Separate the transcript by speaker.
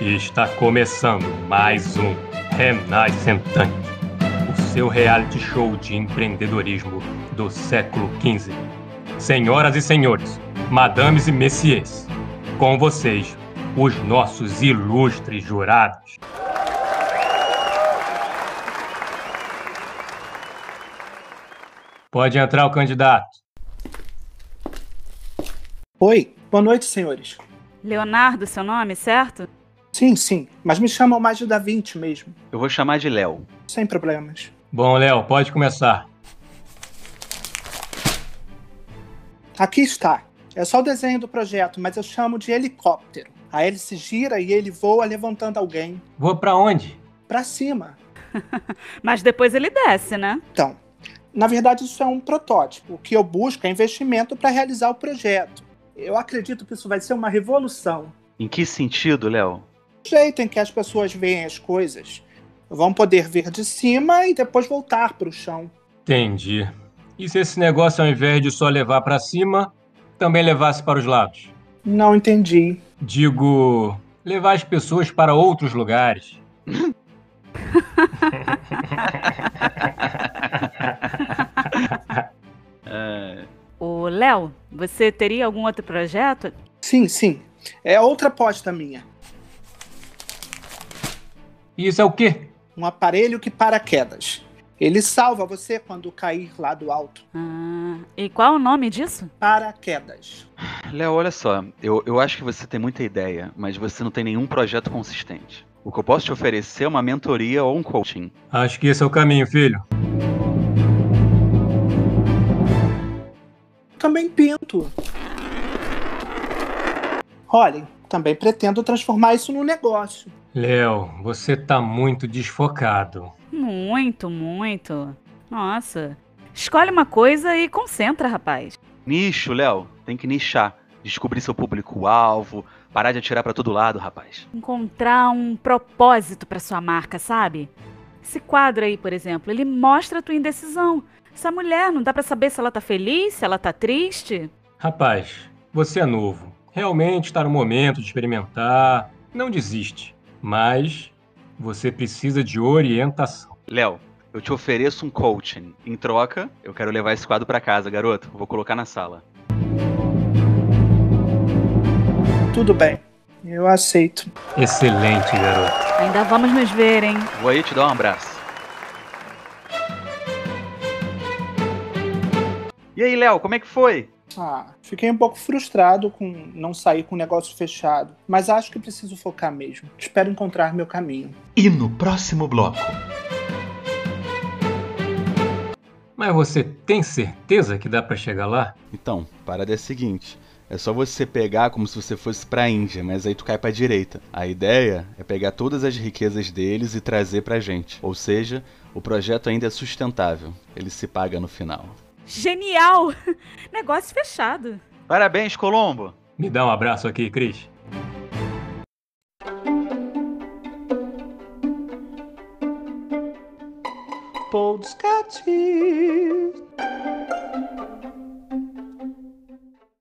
Speaker 1: Está começando mais um Renascentante, o seu reality show de empreendedorismo do século XV. Senhoras e senhores, madames e messieurs, com vocês, os nossos ilustres jurados. Pode entrar o candidato.
Speaker 2: Oi, boa noite, senhores.
Speaker 3: Leonardo, seu nome, certo?
Speaker 2: Sim, sim, mas me chamam mais de Da Vinci mesmo,
Speaker 4: Eu vou chamar de Léo.
Speaker 2: sem problemas.
Speaker 1: Bom, Léo, pode começar.
Speaker 2: Aqui está. É só o desenho do projeto, mas eu chamo de helicóptero. A hélice gira e ele voa levantando alguém
Speaker 1: Vou para onde?
Speaker 2: pra cima.
Speaker 3: Mas depois ele desce, né?
Speaker 2: Então, na verdade, isso é um protótipo. O que eu busco é investimento para realizar o projeto. Eu acredito que isso vai ser uma revolução.
Speaker 4: Em que sentido, Léo?
Speaker 2: O jeito em que as pessoas veem as coisas vão poder ver de cima e depois voltar para o chão.
Speaker 1: Entendi. E se esse negócio, ao invés de só levar para cima, também levasse para os lados?
Speaker 2: Não entendi.
Speaker 1: Digo, levar as pessoas para outros lugares.
Speaker 4: É,
Speaker 3: O Léo, você teria algum outro projeto?
Speaker 2: Sim, sim. É outra aposta minha.
Speaker 1: E isso é o quê?
Speaker 2: um aparelho que para quedas. Ele salva você quando cair lá do alto.
Speaker 3: Ah, e qual o nome disso?
Speaker 2: Paraquedas.
Speaker 4: Léo, olha só, eu, eu acho que você tem muita ideia, mas você não tem nenhum projeto consistente. O que eu posso te oferecer é uma mentoria ou um coaching.
Speaker 1: Acho que esse é o caminho, filho.
Speaker 2: Também pinto. Olhem, também pretendo transformar isso num negócio.
Speaker 1: Léo, você tá muito desfocado.
Speaker 3: Muito, muito. Nossa. Escolhe uma coisa e concentra, rapaz.
Speaker 4: Nicho, Léo, tem que nichar. Descobrir seu público-alvo, parar de atirar pra todo lado, rapaz.
Speaker 3: Encontrar um propósito pra sua marca, sabe? Esse quadro aí, por exemplo, ele mostra a tua indecisão. Essa mulher, não dá pra saber se ela tá feliz, se ela tá triste.
Speaker 1: Rapaz, você é novo. Realmente está no momento de experimentar. Não desiste. Mas você precisa de orientação.
Speaker 4: Léo, eu te ofereço um coaching. Em troca, eu quero levar esse quadro pra casa, garoto. Vou colocar na sala.
Speaker 2: Tudo bem, eu aceito.
Speaker 1: Excelente, garoto.
Speaker 3: Ainda vamos nos ver, hein?
Speaker 4: Vou aí te dar um abraço. E aí, Léo, como é que foi?
Speaker 2: Ah, fiquei um pouco frustrado com não sair com o negócio fechado, mas acho que preciso focar mesmo. Espero encontrar meu caminho.
Speaker 5: E no próximo bloco.
Speaker 1: Mas você tem certeza que dá para chegar lá?
Speaker 5: Então, a parada é a seguinte. É só você pegar como se você fosse pra Índia, mas aí tu cai pra direita. A ideia é pegar todas as riquezas deles e trazer pra gente. Ou seja, o projeto ainda é sustentável. Ele se paga no final.
Speaker 3: Genial! Negócio fechado.
Speaker 4: Parabéns, Colombo!
Speaker 1: Me dá um abraço aqui, Cris.
Speaker 2: Podcast.